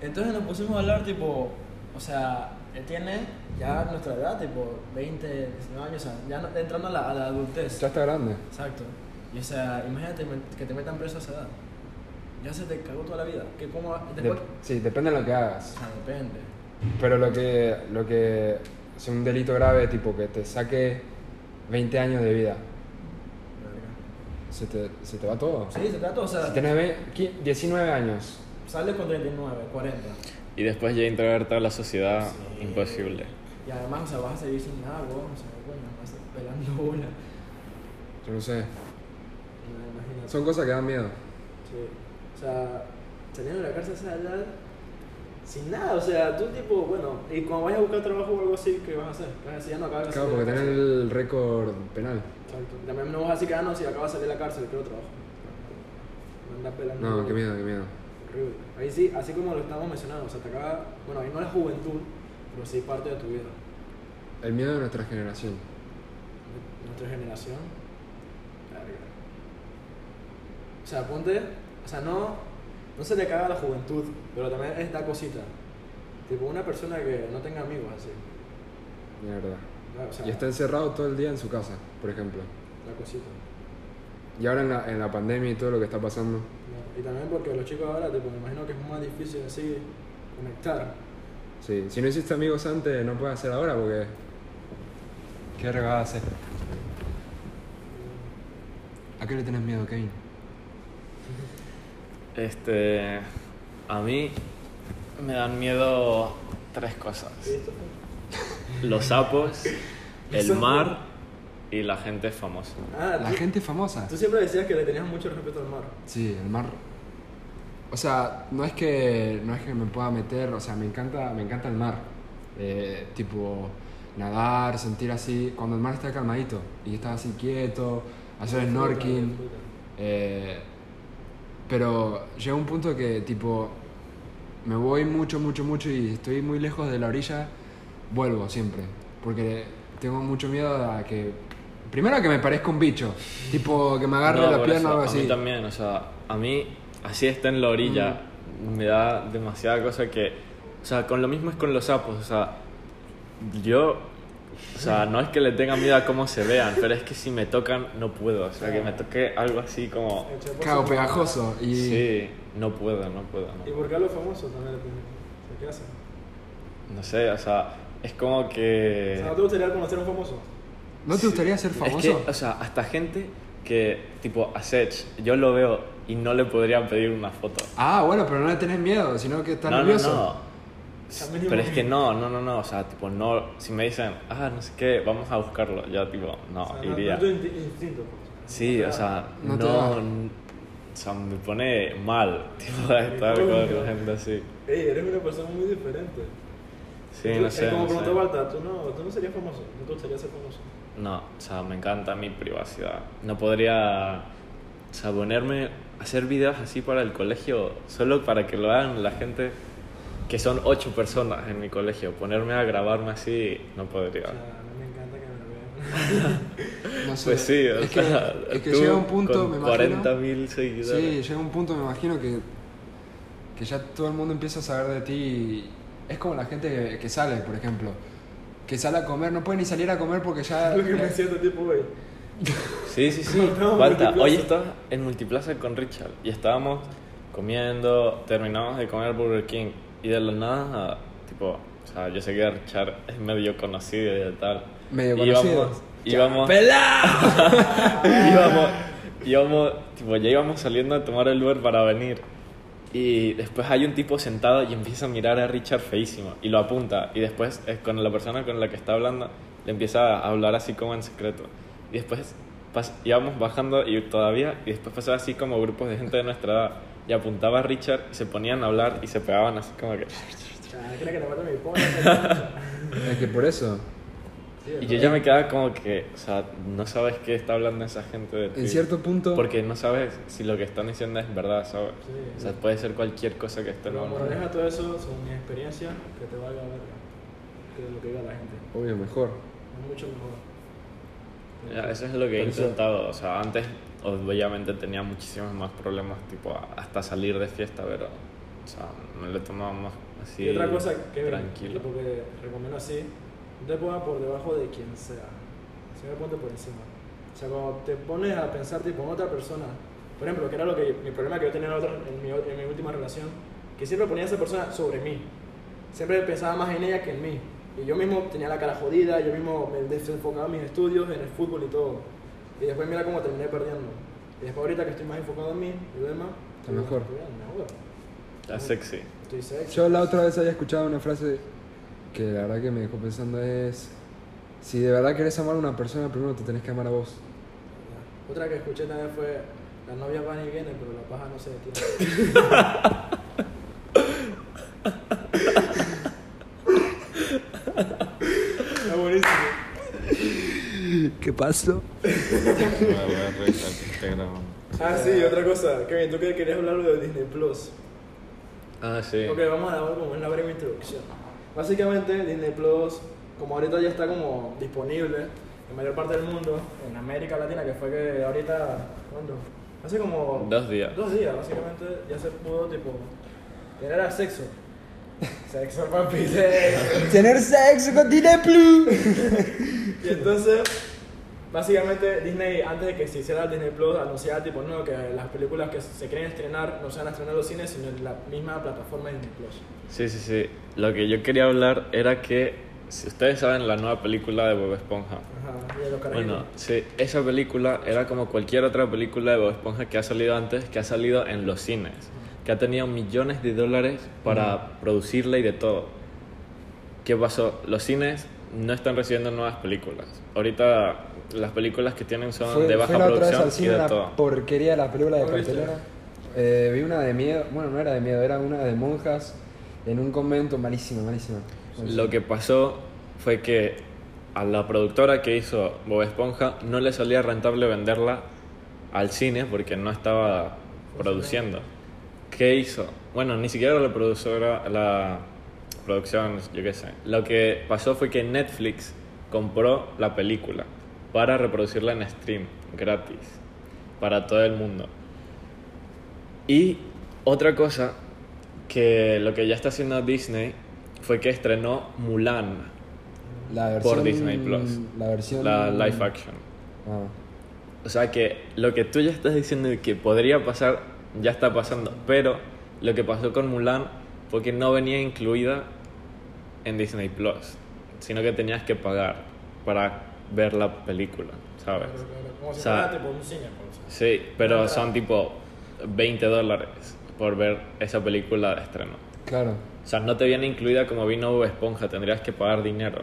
Entonces nos pusimos a hablar, tipo, o sea, él tiene ya nuestra edad, tipo, 20, 19 años, o sea, ya no- entrando a la, a la adultez. Ya está grande. Exacto. Y o sea, imagínate me- que te metan preso a esa edad. Ya se te cagó toda la vida. Que como después... Dep- sí, depende de lo que hagas. O sea, depende. Pero lo que, lo que es un delito grave, tipo que te saque 20 años de vida, se te, se te va todo. Sí, se trata, o sea, Si tienes ve- qui- 19 años, sales con 39, 40. Y después ya introvertido a la sociedad, Sí. imposible. Y además, o sea, vas a seguir sin nada, weón. O sea, bueno, vas a- pelando bola. yo no sé. No, imagínate. Son cosas que dan miedo. Sí. O sea, saliendo de la cárcel a esa edad, sin nada. O sea, tú tipo, bueno, y cuando vayas a buscar trabajo o algo así, ¿qué vas a hacer? Vas a decir, ya no acabas de Claro, salir porque de la tenés cárcel. el récord penal. Exacto. También no vas a decir que, ah, no, si acabas de salir de la cárcel, quiero trabajo. Me anda pelando. No, bola. qué miedo, qué miedo. Horrible. Ahí sí, así como lo estamos mencionando, o sea, te acaba, bueno, ahí no la juventud, pero sí parte de tu vida. El miedo de nuestra generación. de nuestra generación. Verga. O sea, ponte, o sea, no, no se le caga a la juventud, pero también es esta cosita. Tipo, una persona que no tenga amigos así. Mierda. ¿no? O sea, Y este- está encerrado todo el día en su casa, por ejemplo. la cosita. Y ahora en la, en la pandemia y todo lo que está pasando. ¿no? Y también porque los chicos ahora, tipo, me imagino que es más difícil así conectar. Sí, si no hiciste amigos antes, no puedes hacer ahora porque. ¿Qué verga vas a hacer? ¿A qué le tenés miedo, Kevin? Este. A mí me dan miedo tres cosas: ¿Listo? los sapos, el sapos. mar y la gente famosa. Ah, La tú, gente famosa. tú siempre decías que le tenías mucho respeto al mar. Sí, el mar. O sea, no es que no es que me pueda meter, o sea, me encanta, me encanta el mar. Eh, tipo nadar, sentir así cuando el mar está calmadito y estás así quieto, hacer snorkeling. Eh, pero llega un punto que tipo me voy mucho, mucho, mucho y estoy muy lejos de la orilla, vuelvo siempre. Porque tengo mucho miedo a que. Primero que me parezca un bicho. Tipo que me agarre No, la por pierna o eso, algo A así. mí también, o sea, a mí, así está en la orilla, Mm. me da demasiada cosa que. O sea, con lo mismo es con los sapos, o sea, yo. O sea, no es que le tenga miedo a cómo se vean, pero es que si me tocan, no puedo. O sea, que me toque algo así como. Claro, pegajoso. Y Sí, no puedo, no puedo. no ¿Y puedo. por qué a los famosos también le ponen? O sea, ¿Qué hacen? No sé, o sea, es como O que. sea, ¿no te gustaría conocer a un famoso? ¿no te gustaría ser famoso? Es que, o sea, hasta gente que, tipo, a Sech, yo lo veo y no le podría pedir una foto. Ah, bueno, pero no le tenés miedo, sino que estás no, nervioso. no, no. Está mínimo Pero es que bien. no, no, no, no, o sea, tipo, no, si me dicen, ah, no sé qué, vamos a buscarlo, yo, tipo, no, O sea, Ah, iría. No, no es tu insti- instinto. pues. sí, o sea, No no, te da. n- o sea, me pone mal, tipo, estar Coño. con la gente así. Ey, eres una persona muy diferente. Sí, Tú- no sé, Es eh, como no sé. preguntó Balta, tú no, tú no serías famoso, no te gustaría ser famoso. No, o sea, me encanta mi privacidad. No podría, o sea, ponerme a hacer videos así para el colegio, solo para que lo hagan la gente, que son ocho personas en mi colegio. Ponerme a grabarme así, no O podría. sea, a mí me encanta que me vean. No sé. Pues sí, o es que, sea, es que tú llega un punto, con me imagino. 40.000 seguidores. Sí, llega un punto, me imagino, que, que ya todo el mundo empieza a saber de ti. y es como la gente que, que sale, por ejemplo. Que sale a comer, no puede ni salir a comer porque ya. Lo que me siento tipo, güey. Sí, sí, sí. Cortamos Bata, Multiplaza. hoy estaba en Multiplaza con Richard y estábamos comiendo, terminamos de comer Burger King y de la nada, tipo, o sea, yo sé que Richard es medio conocido y tal. Medio Y íbamos- conocido. Íbamos, ¡Pelá! íbamos, íbamos, tipo, ya íbamos saliendo a tomar el Uber para venir. Y después hay un tipo sentado y empieza a mirar a Richard feísimo y lo apunta. Y después es con la persona con la que está hablando le empieza a hablar así como en secreto. Y después pas- íbamos bajando y todavía, y después pasaba así como grupos de gente de nuestra edad. Y apuntaba a Richard y se ponían a hablar y se pegaban así como que. Ah, ¿Crees que te mato mi polla? Es que por eso. Sí, Y yo ya me quedaba como que, o sea, no sabes qué está hablando esa gente de ti. En cierto punto. Porque no sabes si lo que están diciendo es verdad, ¿sabes? Sí. O sea, puede ser cualquier cosa que estén Pero hablando. moraleja todo eso son mi experiencia, que te valga verga. Que es lo que diga la gente. Obvio, mejor. Es mucho mejor. Ya, Eso es lo que he Pero eso- intentado. O sea, antes obviamente tenía muchísimos más problemas, tipo, a- hasta salir de fiesta, pero O sea, me lo tomaba más así. y otra cosa que tranquilo. porque recomiendo así, no te pongas por debajo de quien sea, siempre ponte por encima. O sea, cuando te pones a pensar tipo en otra persona, por ejemplo, que era lo que mi problema que yo tenía en, otra- en mi, o- en mi última relación, que siempre ponía a esa persona sobre mí. Siempre pensaba más en ella que en mí. Y yo mismo tenía la cara jodida, yo mismo me desenfocaba en mis estudios, en el fútbol y todo. Y después mira cómo terminé perdiendo. Y después ahorita que estoy más enfocado en mí y lo demás, Está mejor. estoy bien, mejor. Está sexy. Estoy sexy. Yo la otra vez había escuchado una frase que la verdad que me dejó pensando es, si de verdad querés amar a una persona, primero te tenés que amar a vos. Ya. Otra que escuché también fue, las novias van y vienen, pero la paja no se detiene. Está buenísimo. ¿Qué pasó? Voy a- voy a revisar que esté grabando. Ah, sí, otra cosa. Kevin, tú que querías hablar de Disney Plus. Ah, sí. Ok, vamos a dar como una breve introducción. Básicamente, Disney Plus, como ahorita ya está como disponible en mayor parte del mundo, en América Latina, que fue que ahorita, ¿cuándo? Hace como Dos días. Dos días, básicamente, ya se pudo, tipo, tener a sexo. Sexo, papi, sexo. Tener sexo con Disney Plus. Y entonces, básicamente, Disney, antes de que se hiciera el Disney Plus, anunciaba, tipo, no, que las películas que se quieren estrenar no se van a estrenar en los cines, sino en la misma plataforma de Disney Plus. Sí, sí, sí. Lo que yo quería hablar era que, si ustedes saben la nueva película de Bob Esponja. Ajá, y de los carajitos. Bueno, sí, esa película era como cualquier otra película de Bob Esponja que ha salido antes, que ha salido en los cines, que ha tenido millones de dólares para producirla y de todo. ¿Qué pasó? Los cines no están recibiendo nuevas películas. Ahorita las películas que tienen son Fue, de fue baja la otra vez producción al y cine de una todo. porquería de la película de ¿No viste? cartelera. Eh, vi una de miedo, bueno, no era de miedo, era una de monjas en un convento, malísima, malísima. Lo que pasó fue que a la productora que hizo Bob Esponja no le salía rentable venderla al cine porque no estaba produciendo. ¿Qué hizo? Bueno, ni siquiera la productora, la producción, yo qué sé. Lo que pasó fue que Netflix compró la película para reproducirla en stream gratis para todo el mundo. Y otra cosa que lo que ya está haciendo Disney fue que estrenó Mulan, La versión, por Disney Plus. La versión. la live action. Ah. O sea que lo que tú ya estás diciendo y que podría pasar, ya está pasando. Pero lo que pasó con Mulan fue que no venía incluida en Disney Plus, sino que tenías que pagar para ver la película, ¿sabes? Como si Pues, O sea, fuera, tipo, un cine, pues. Sí, pero son tipo 20 dólares por ver esa película de estreno. Claro. O sea, no te viene incluida como vino Bob Esponja, tendrías que pagar dinero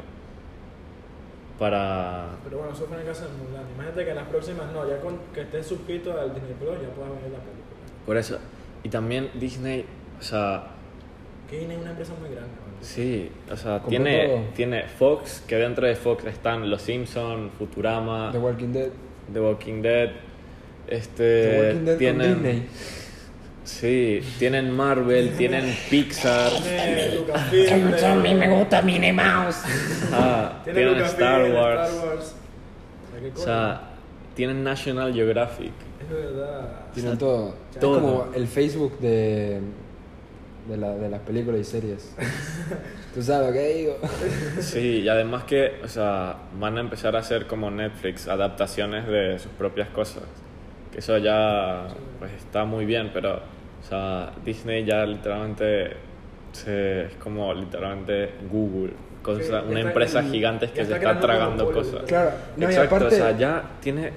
para... Pero bueno, eso fue en el caso de Mulan. Imagínate que en las próximas no, ya con que estés suscrito al Disney Plus ya puedas ver la película. Por eso. Y también Disney, o sea, Que Disney es una empresa muy grande. ¿no? sí, o Compró sea, todo. tiene, tiene Fox, que dentro de Fox están Los Simpsons, Futurama, The Walking Dead. The Walking Dead, este... The Walking Dead tienen, con Disney. Sí, tienen Marvel, tienen Pixar, Tiene Lucasfilm. A mí me tiene- gusta Minnie Mouse. ah, Tiene tienen Lucasfilm, Star Wars, Star Wars. O sea, qué o coño. sea, tienen National Geographic. es verdad. Tienen todo. todo. Es como el Facebook de, de, la- de las películas y series. ¿Tú sabes lo que digo? Sí, y además que, o sea, van a empezar a hacer como Netflix, adaptaciones de sus propias cosas. Que eso ya, pues está muy bien, pero, o sea, Disney ya literalmente se- es como literalmente Google, cosa- Sí, ya una está- empresa ya gigante que se está está creando tragando monopolio, cosas. Claro. No, y Exacto, aparte, o sea, ya tiene,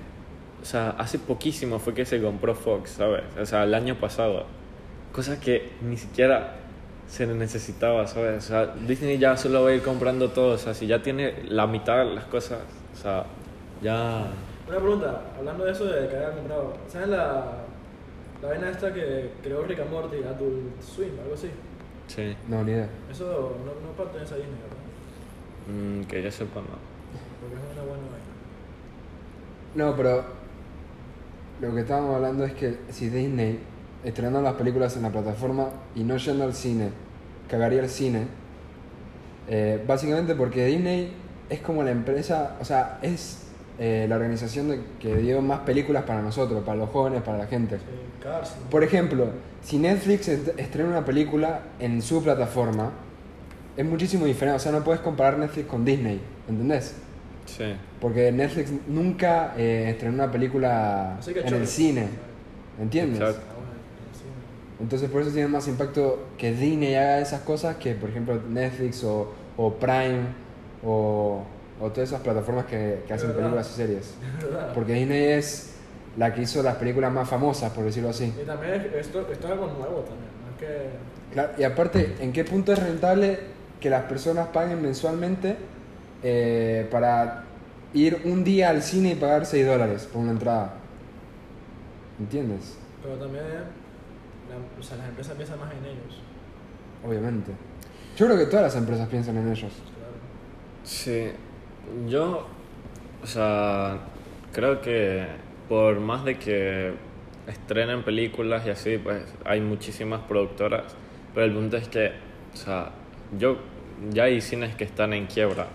o sea, hace poquísimo fue que se compró Fox, ¿sabes? O sea, el año pasado. Cosa que ni siquiera se necesitaba, ¿sabes? O sea, Disney ya solo va a ir comprando todo, o sea, si ya tiene la mitad de las cosas, o sea, ya... Una pregunta, hablando de eso de que había comprado. ¿Sabes la, la vaina esta que creó Rick and Morty, Adult Swim, algo así? Sí. No, ni idea. Eso no, no pertenece a Disney, ¿verdad? Mm, que yo sepa, no. Porque es una buena vaina. No, pero lo que estábamos hablando es que si Disney estrenando las películas en la plataforma y no yendo al cine, cagaría el cine. Eh, básicamente porque Disney es como la empresa, o sea, es eh, la organización de- que dio más películas para nosotros, para los jóvenes, para la gente. Eh, Cars, ¿no? Por ejemplo, si Netflix est- estrena una película en su plataforma, es muchísimo diferente. O sea, no puedes comparar Netflix con Disney, ¿entendés? Sí. Porque Netflix nunca eh, estrenó una película Así que en el choque. cine, ¿entiendes? Exacto. Ah, bueno, sí. Entonces por eso tiene más impacto que Disney haga esas cosas que por ejemplo Netflix o, o Prime o, o todas esas plataformas que, que hacen verdad. películas y series. Es verdad. Porque Disney es la que hizo las películas más famosas, por decirlo así. Y también es- esto, esto es algo nuevo también. No es que. Claro, y aparte, ¿en qué punto es rentable que las personas paguen mensualmente eh, para ir un día al cine y pagar 6 dólares por una entrada? ¿Entiendes? Pero también. la- o sea, las empresas piensan más en ellos. Obviamente. Yo creo que todas las empresas piensan en ellos. Claro. Sí, yo, o sea, creo que por más de que estrenen películas y así, pues hay muchísimas productoras, pero el punto es que, o sea, yo, ya hay cines que están en quiebra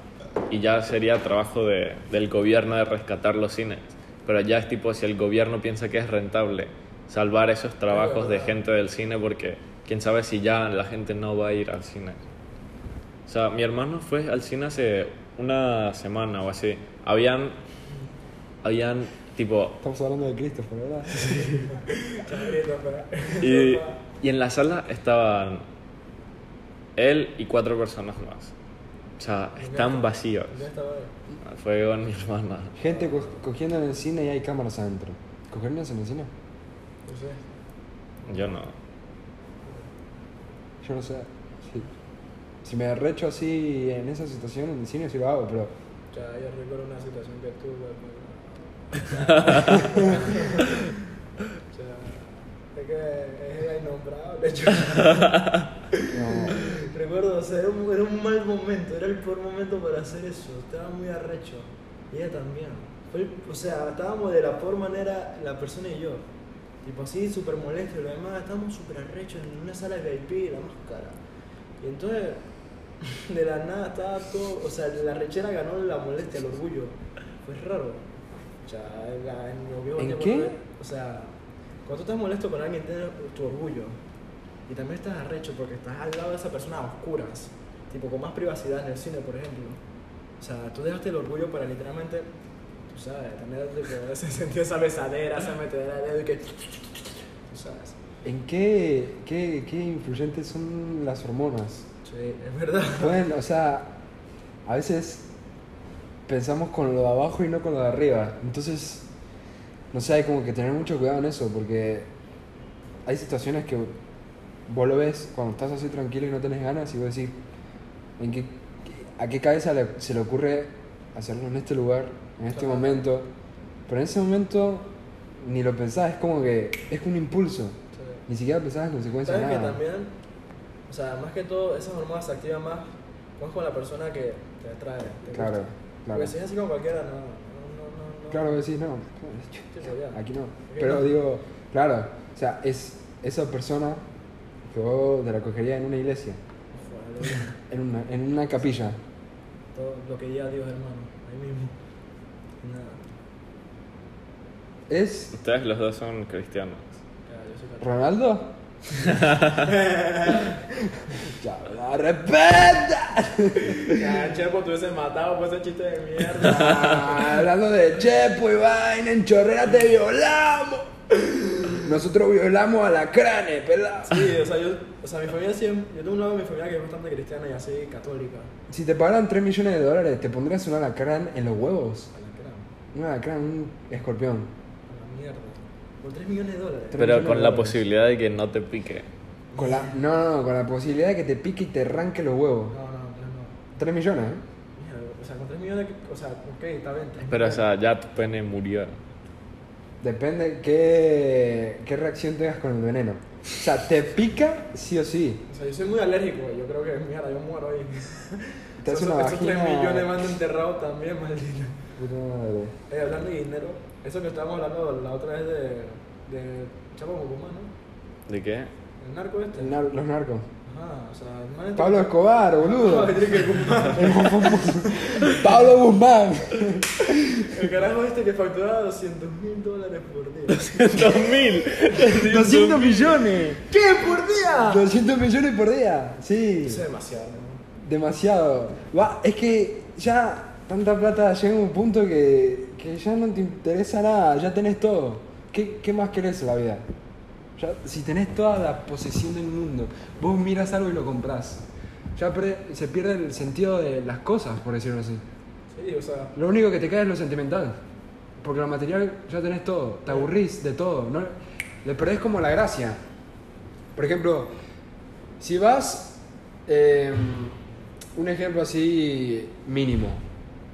y ya sería trabajo de, del gobierno de rescatar los cines, pero ya es tipo si el gobierno piensa que es rentable salvar esos trabajos de verdad. gente del cine porque quién sabe si ya la gente no va a ir al cine. O sea, mi hermano fue al cine hace una semana o así. Habían. Habían, tipo. Estamos hablando de Christopher, ¿verdad? Y, y en la sala estaban. Él y cuatro personas más. O sea, están vacíos. Ya estaba ahí. Fue con mi hermana. Gente co- cogiendo en el cine y hay cámaras adentro. ¿Cogernos en el cine? No sé. Yo no. Yo no sé. Sí. Si me recho así en esa situación en el cine, sí lo hago, pero O sea, yo recuerdo una situación que tuve. pero- o sea, es que es el innombrable. yo- no. recuerdo, o sea, era un, era un mal momento, era el peor momento para hacer eso. Estaba muy arrecho. Y ella también. Fue el- o sea, estábamos de la peor manera la persona y yo. Tipo así, súper molesto y lo demás. Estábamos súper arrechos en una sala VIP, la más cara. Y entonces, de la nada estaba todo. O sea, la rechera ganó la molestia, el orgullo. Fue raro. O sea, la- nos vio ¿En bañar qué? por- O sea, cuando tú estás molesto con alguien, tienes tu orgullo. Y también estás arrecho porque estás al lado de esa persona a oscuras. Tipo, con más privacidad en el cine, por ejemplo. O sea, tú dejaste el orgullo para literalmente. Tú sabes, tener tipo, ese sentido, esa besadera, esa metedera de dedo y que. Tú sabes. ¿En qué, qué, qué influyentes son las hormonas? Sí, es verdad. Pueden, o sea, a veces pensamos con lo de abajo y no con lo de arriba. Entonces, no sé, hay como que tener mucho cuidado en eso, porque hay situaciones que vos lo ves cuando estás así tranquilo y no tenés ganas y vos decís, ¿en qué, ¿a qué cabeza le- se le ocurre hacerlo en este lugar, en este Claro. momento? Pero en ese momento ni lo pensás, es como que es un impulso, Sí. ni siquiera pensás en consecuencias. ¿Sabes que Nada. también, o sea, más que todo, esas hormonas se activan más, más con la persona que te atrae. te Claro, gusta. claro. Porque si es así como cualquiera, no, no, no, no. Claro, decís, no, Tipo, ya. aquí no. Aquí Pero no. digo, claro, o sea, es esa persona que vos te la cogería en una iglesia, Ojo, aleluya. en una, en una capilla. Todo lo que diga Dios, hermano, ahí mismo. Nada. ¿Es Ustedes los dos son cristianos. Ya, yo soy católico. Ronaldo? ya, la respeta. Ya, Chepo, te hubiese matado por ese chiste de mierda. Ah, Hablando de Chepo y vaina, en Chorrera te violamos. Nosotros violamos a la crane, pelado. Sí, o sea, yo, o sea, mi familia siempre, yo tengo un lado de mi familia que es bastante cristiana y así católica. Si te pagaran 3 millones de dólares, ¿te pondrías un alacrán en los huevos? A la gran- Un alacrán, un a escorpión. la mierda. Por 3 millones de dólares. Tres Pero millones con de la dólares. posibilidad de que no te pique. Con la, no, no, no, con la posibilidad de que te pique y te arranque los huevos. No, no, no, no. 3 millones, ¿eh? Mierda, O sea, con 3 millones, o sea, ok, está bien. tres Pero, o millones. sea, ya tu pene murió. Depende qué, qué reacción tengas con el veneno. O sea, te pica sí o sí. O sea, yo soy muy alérgico, yo creo que, mierda, yo muero ahí. Te hace Esos- una Esos 3 vagina- millones van enterrados también, maldito. Puta madre. Eh, hablando de dinero, eso que estábamos hablando la otra vez de, de Chapo Guzmán, ¿no? ¿De qué? El narco este. El nar- los narcos. Ajá. nada. O sea, el man es- Pablo Escobar, boludo. Ay, tiene que- Pablo Guzmán. El carajo este que factura 200 mil dólares por día. 2.000. 200 millones. ¿Qué? ¿Por día? 200 millones por día. Sí. Eso es demasiado, ¿no? Demasiado. Va, es que ya tanta plata llega a un punto que, que ya no te interesa nada, ya tenés todo. ¿Qué, qué más querés en la vida? Ya, si tenés toda la posesión del mundo, vos miras algo y lo comprás. Ya pre- se pierde el sentido de las cosas, por decirlo así. Sí, o sea, Lo único que te queda es lo sentimental. Porque lo material ya tenés todo, te aburrís de todo. ¿no? Le perdés como la gracia. Por ejemplo, si vas, eh, un ejemplo así mínimo,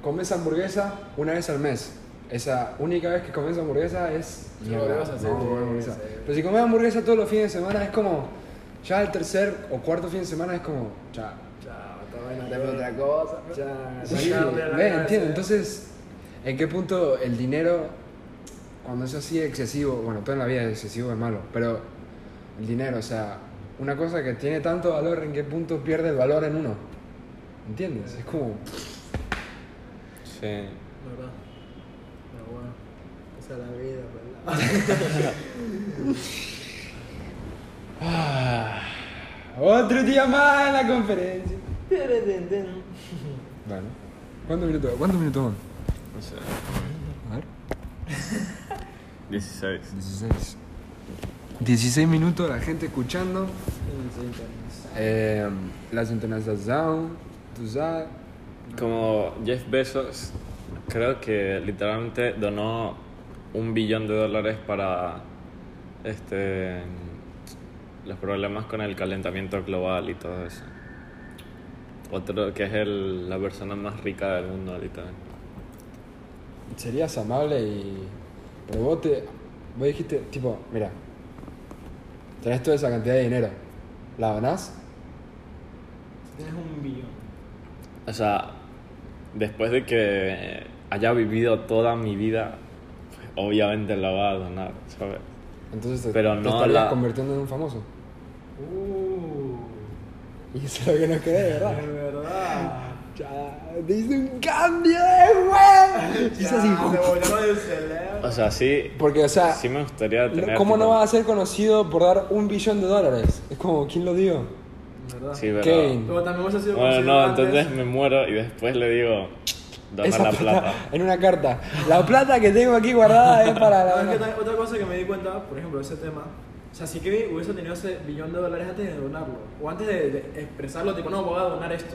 comes hamburguesa una vez al mes. Esa única vez que comes hamburguesa es... No, mierda, vas a hacer no, hamburguesa. hamburguesa. Pero si comes hamburguesa todos los fines de semana es como... Ya el tercer o cuarto fin de semana es como... Ya, ya, está buena. Dame ya. otra cosa. Ya, Sí, ve, entiendo. entiendo, Entonces, ¿en qué punto el dinero, cuando es así excesivo, bueno, toda la vida es excesivo, es malo, pero el dinero, o sea, una cosa que tiene tanto valor, ¿en qué punto pierde el valor en uno? ¿Entiendes? Es como, Sí. ¿Verdad? Pero bueno, esa es la vida, ¿verdad? ah, otro día más en la conferencia. Pero Bueno, ¿cuántos minutos? ¿Cuántos minutos van? No sé. A ver, 16. 16. 16 minutos la gente escuchando. Eh, las internacionalización, tú sabes. Como Jeff Bezos, creo que literalmente donó un billón de dólares para este los problemas con el calentamiento global y todo eso. Otro que es el- la persona más rica del mundo ahorita. Serías amable y. Pero vos te. Vos dijiste, tipo, mira. Tenés toda esa cantidad de dinero. ¿La donás? Tienes un billón. O sea, después de que haya vivido toda mi vida, pues, obviamente la va a donar, ¿sabes? Entonces te, Pero te no estarías la- convirtiendo en un famoso. Uh, Y eso es lo que no querés, ¿verdad? es verdad. Ya, te hice un cambio, güey. Te hice así. del O sea, sí, Porque, o sea, sí me gustaría tener... ¿cómo no tipo- vas a ser conocido por dar un billón de dólares? Es como, ¿quién lo dio? ¿Verdad? Sí, pero- Kevin. Pero también vos has sido Bueno, conocido no, antes. entonces me muero y después le digo, dame la plata. en una carta. La plata que tengo aquí guardada es para la. ¿Sabes qué tal? otra cosa que me di cuenta, por ejemplo, ese tema. O sea, si Kevin hubiese tenido ese billón de dólares antes de donarlo, o antes de, de expresarlo, tipo, no, voy a donar esto.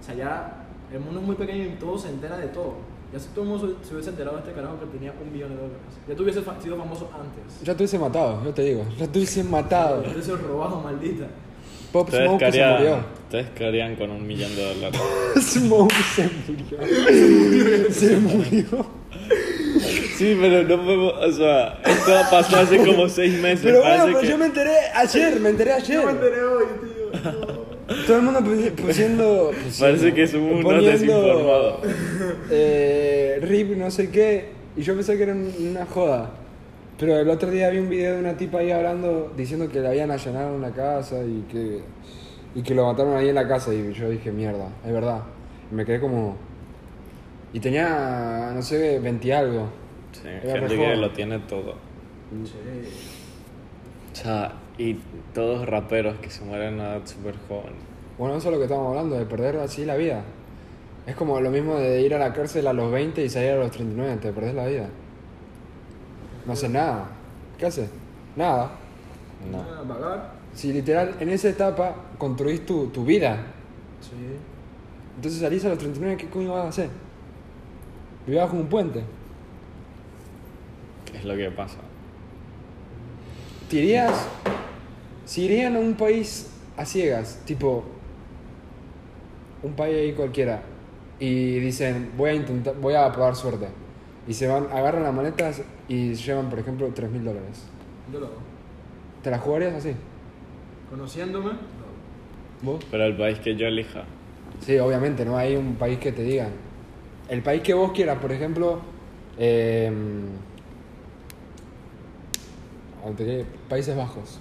O sea, ya el mundo es muy pequeño y todo se entera de todo. Ya si todo el mundo se- se hubiese enterado de este carajo que tenía un billón de dólares, ya tuviese fa- sido famoso antes. Ya te hubiese matado, yo te digo. Ya te hubiese matado. Ya hubiese robado, maldita. Pop Ustedes Smoke se caerían- murió. ustedes caerían con un millón de dólares. Smoke se murió. se murió. sí, pero no podemos, o sea, esto pasó hace como seis meses. Pero bueno, parece pero que- yo me enteré ayer, me enteré ayer. Yo me enteré hoy, tío. No. Todo el mundo pusi- pusiendo. pusiendo- Parece que somos unos poniendo, desinformados. Eh, Rip, no sé qué. Y yo pensé que era un- una joda. Pero el otro día vi un video de una tipa ahí hablando, diciendo que le habían allanado una casa y que. Y que lo mataron ahí en la casa. Y yo dije, mierda, es verdad. Y me quedé como. Y tenía, no sé, 20 algo. Sí, Era gente mejor. que lo tiene todo. Che. O sea, y todos raperos que se mueren a edad súper joven. Bueno, eso es lo que estamos hablando, de perder así la vida. Es como lo mismo de ir a la cárcel a los 20 y salir a los 39, te perdés la vida. No haces nada. ¿Qué haces? Nada. No. Ah, vagar. Si literal en esa etapa construís tu, tu vida, Sí. entonces salís a los 39, ¿qué coño vas a hacer? Vivís bajo un puente. Es lo que pasa. ¿Te irías? Si irían a un país a ciegas, tipo un país ahí cualquiera, y dicen voy a intentar, voy a probar suerte, y se van, agarran las maletas y llevan por ejemplo 3 mil dólares. Yo lo hago. ¿Te las jugarías así? Conociéndome, no. ¿Vos? Pero el país que yo elija. Sí, obviamente, no hay un país que te diga. El país que vos quieras, por ejemplo, eh, Países Bajos.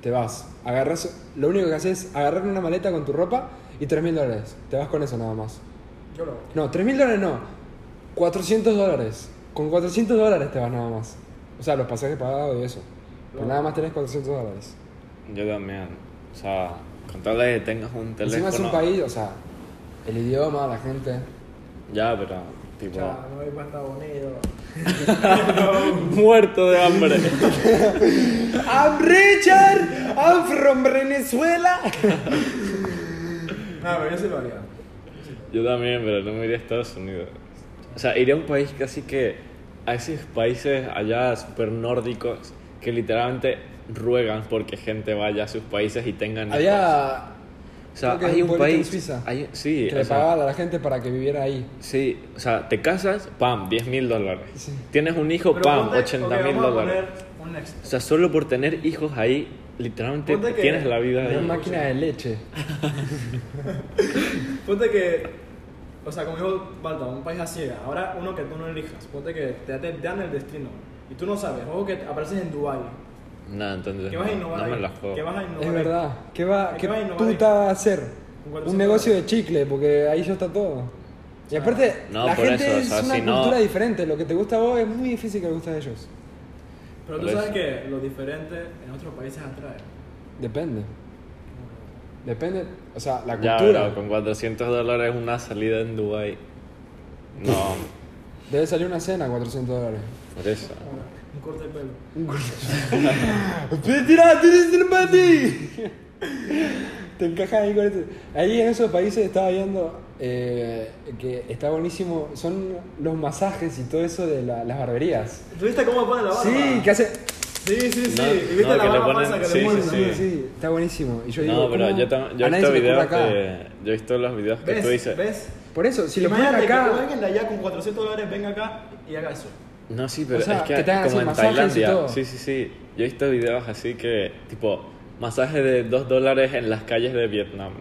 te vas, agarras, lo único que haces es agarrar una maleta con tu ropa y 3.000 dólares. Te vas con eso nada más. Yo lo hago. No, 3.000 dólares no, 400 dólares. Con 400 dólares te vas nada más. O sea, los pasajes pagados y eso. Pero nada más tenés 400 dólares. Yo también. O sea, con tal de que tengas un teléfono. Encima es un país, o sea, el idioma, la gente. Ya, pero. Tipo. Ya, me voy para Estados Unidos. Muerto de hambre. I'm Richard, I'm from Venezuela. Ah, No, pero yo sí lo haría. Yo también, pero no me iría a Estados Unidos. O sea, iría a un país casi que. A esos países allá super nórdicos que literalmente ruegan porque gente vaya a sus países y tengan. espacio. Había O sea, creo que hay un pueblito en país. Suiza hay- sí, que le o sea, pagaban a la gente para que viviera ahí. sí, o sea, te casas, pam, 10 mil dólares. Sí. Tienes un hijo, Pero pam, ponte- 80 ok, mil vamos a dólares. poner Un O éxito. sea, solo por tener hijos ahí, literalmente Ponte que- tienes la vida Una ahí. máquina de leche. Ponte que, o sea, como dijo Balta, un país así, ahora uno que tú no elijas, ponte que te, te dan el destino y tú no sabes, ojo que te- apareces en Dubai, Nada, entonces. ¿qué vas a no, innovar no me ahí? la juego. ¿Qué vas a innovar Es ahí? verdad. ¿Qué, va, ¿Qué qué va a innovar puta va a hacer? ¿Cuál es Un el negocio de problema? chicle, porque ahí ya está todo. Y aparte, No, la por gente eso, o es sea, una si no- cultura diferente. Lo que te gusta a vos es muy difícil que le guste a ellos. Pero tú Por sabes eso. que lo diferente en otros países atrae. Depende. Depende, o sea, la Ya, cultura. bro, con 400 dólares una salida en Dubai. No, Debe salir una cena a 400 dólares. por eso. Ahora, Un corte de pelo. ¡Tira, tienes el mati! Te encajan ahí con este. Ahí en esos países estaba viendo eh, que está buenísimo. Son los masajes y todo eso de la- las barberías. ¿Tú viste cómo ponen la barba? Sí, que hace. Sí, sí, sí. No, y viste no, la que le barba ponen- falsa que sí, le sí, ponen. sí. también. Sí, está buenísimo. Y yo no, digo, pero ¿cómo yo, tam- yo a he nadie se le visto ocurre videos acá? que. Yo he visto los videos que ¿Ves? tú dices. ¿Ves? Por eso, si lo ponen Imagínate acá. que alguien de allá con 400 dólares venga acá y haga eso. No, sí, pero O sea, es que, que te hagan como así en masajes y Tailandia. todo. Sí, sí, sí. Yo he visto videos así que, tipo, masaje de 2 dólares en las calles de Vietnam.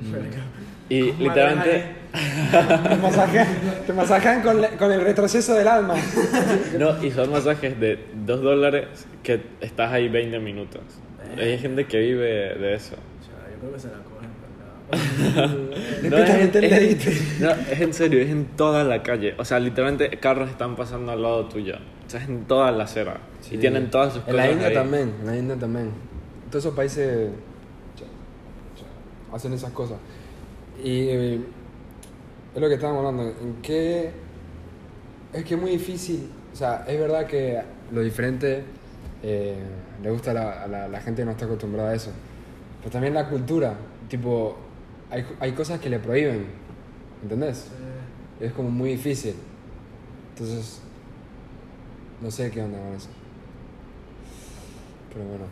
Verga. Mm. Y Madre, literalmente. Te masajean, te masajean con, la- con el retroceso del alma. No, y son masajes de 2 dólares que estás ahí 20 minutos. Eh. Hay gente que vive de eso. O sea, yo creo que se la cogen, ¿verdad? Le pican es- el tel es- dedito. no, es en serio, es en toda la calle. O sea, literalmente carros están pasando al lado tuyo. O sea, es en toda la acera. Y tienen todas sus En cosas. la India ahí. también, en la India también. Todos esos países cha- cha- hacen esas cosas. Y eh, es lo que estábamos hablando, en qué es que es muy difícil, o sea, es verdad que lo diferente eh, le gusta a la, a la- la gente que no está acostumbrada a eso. Pero también la cultura, tipo, hay, hay cosas que le prohíben, ¿entendés? Es como muy difícil. Entonces, no sé qué onda con eso. Pero bueno.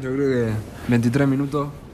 Yo creo que 23 minutos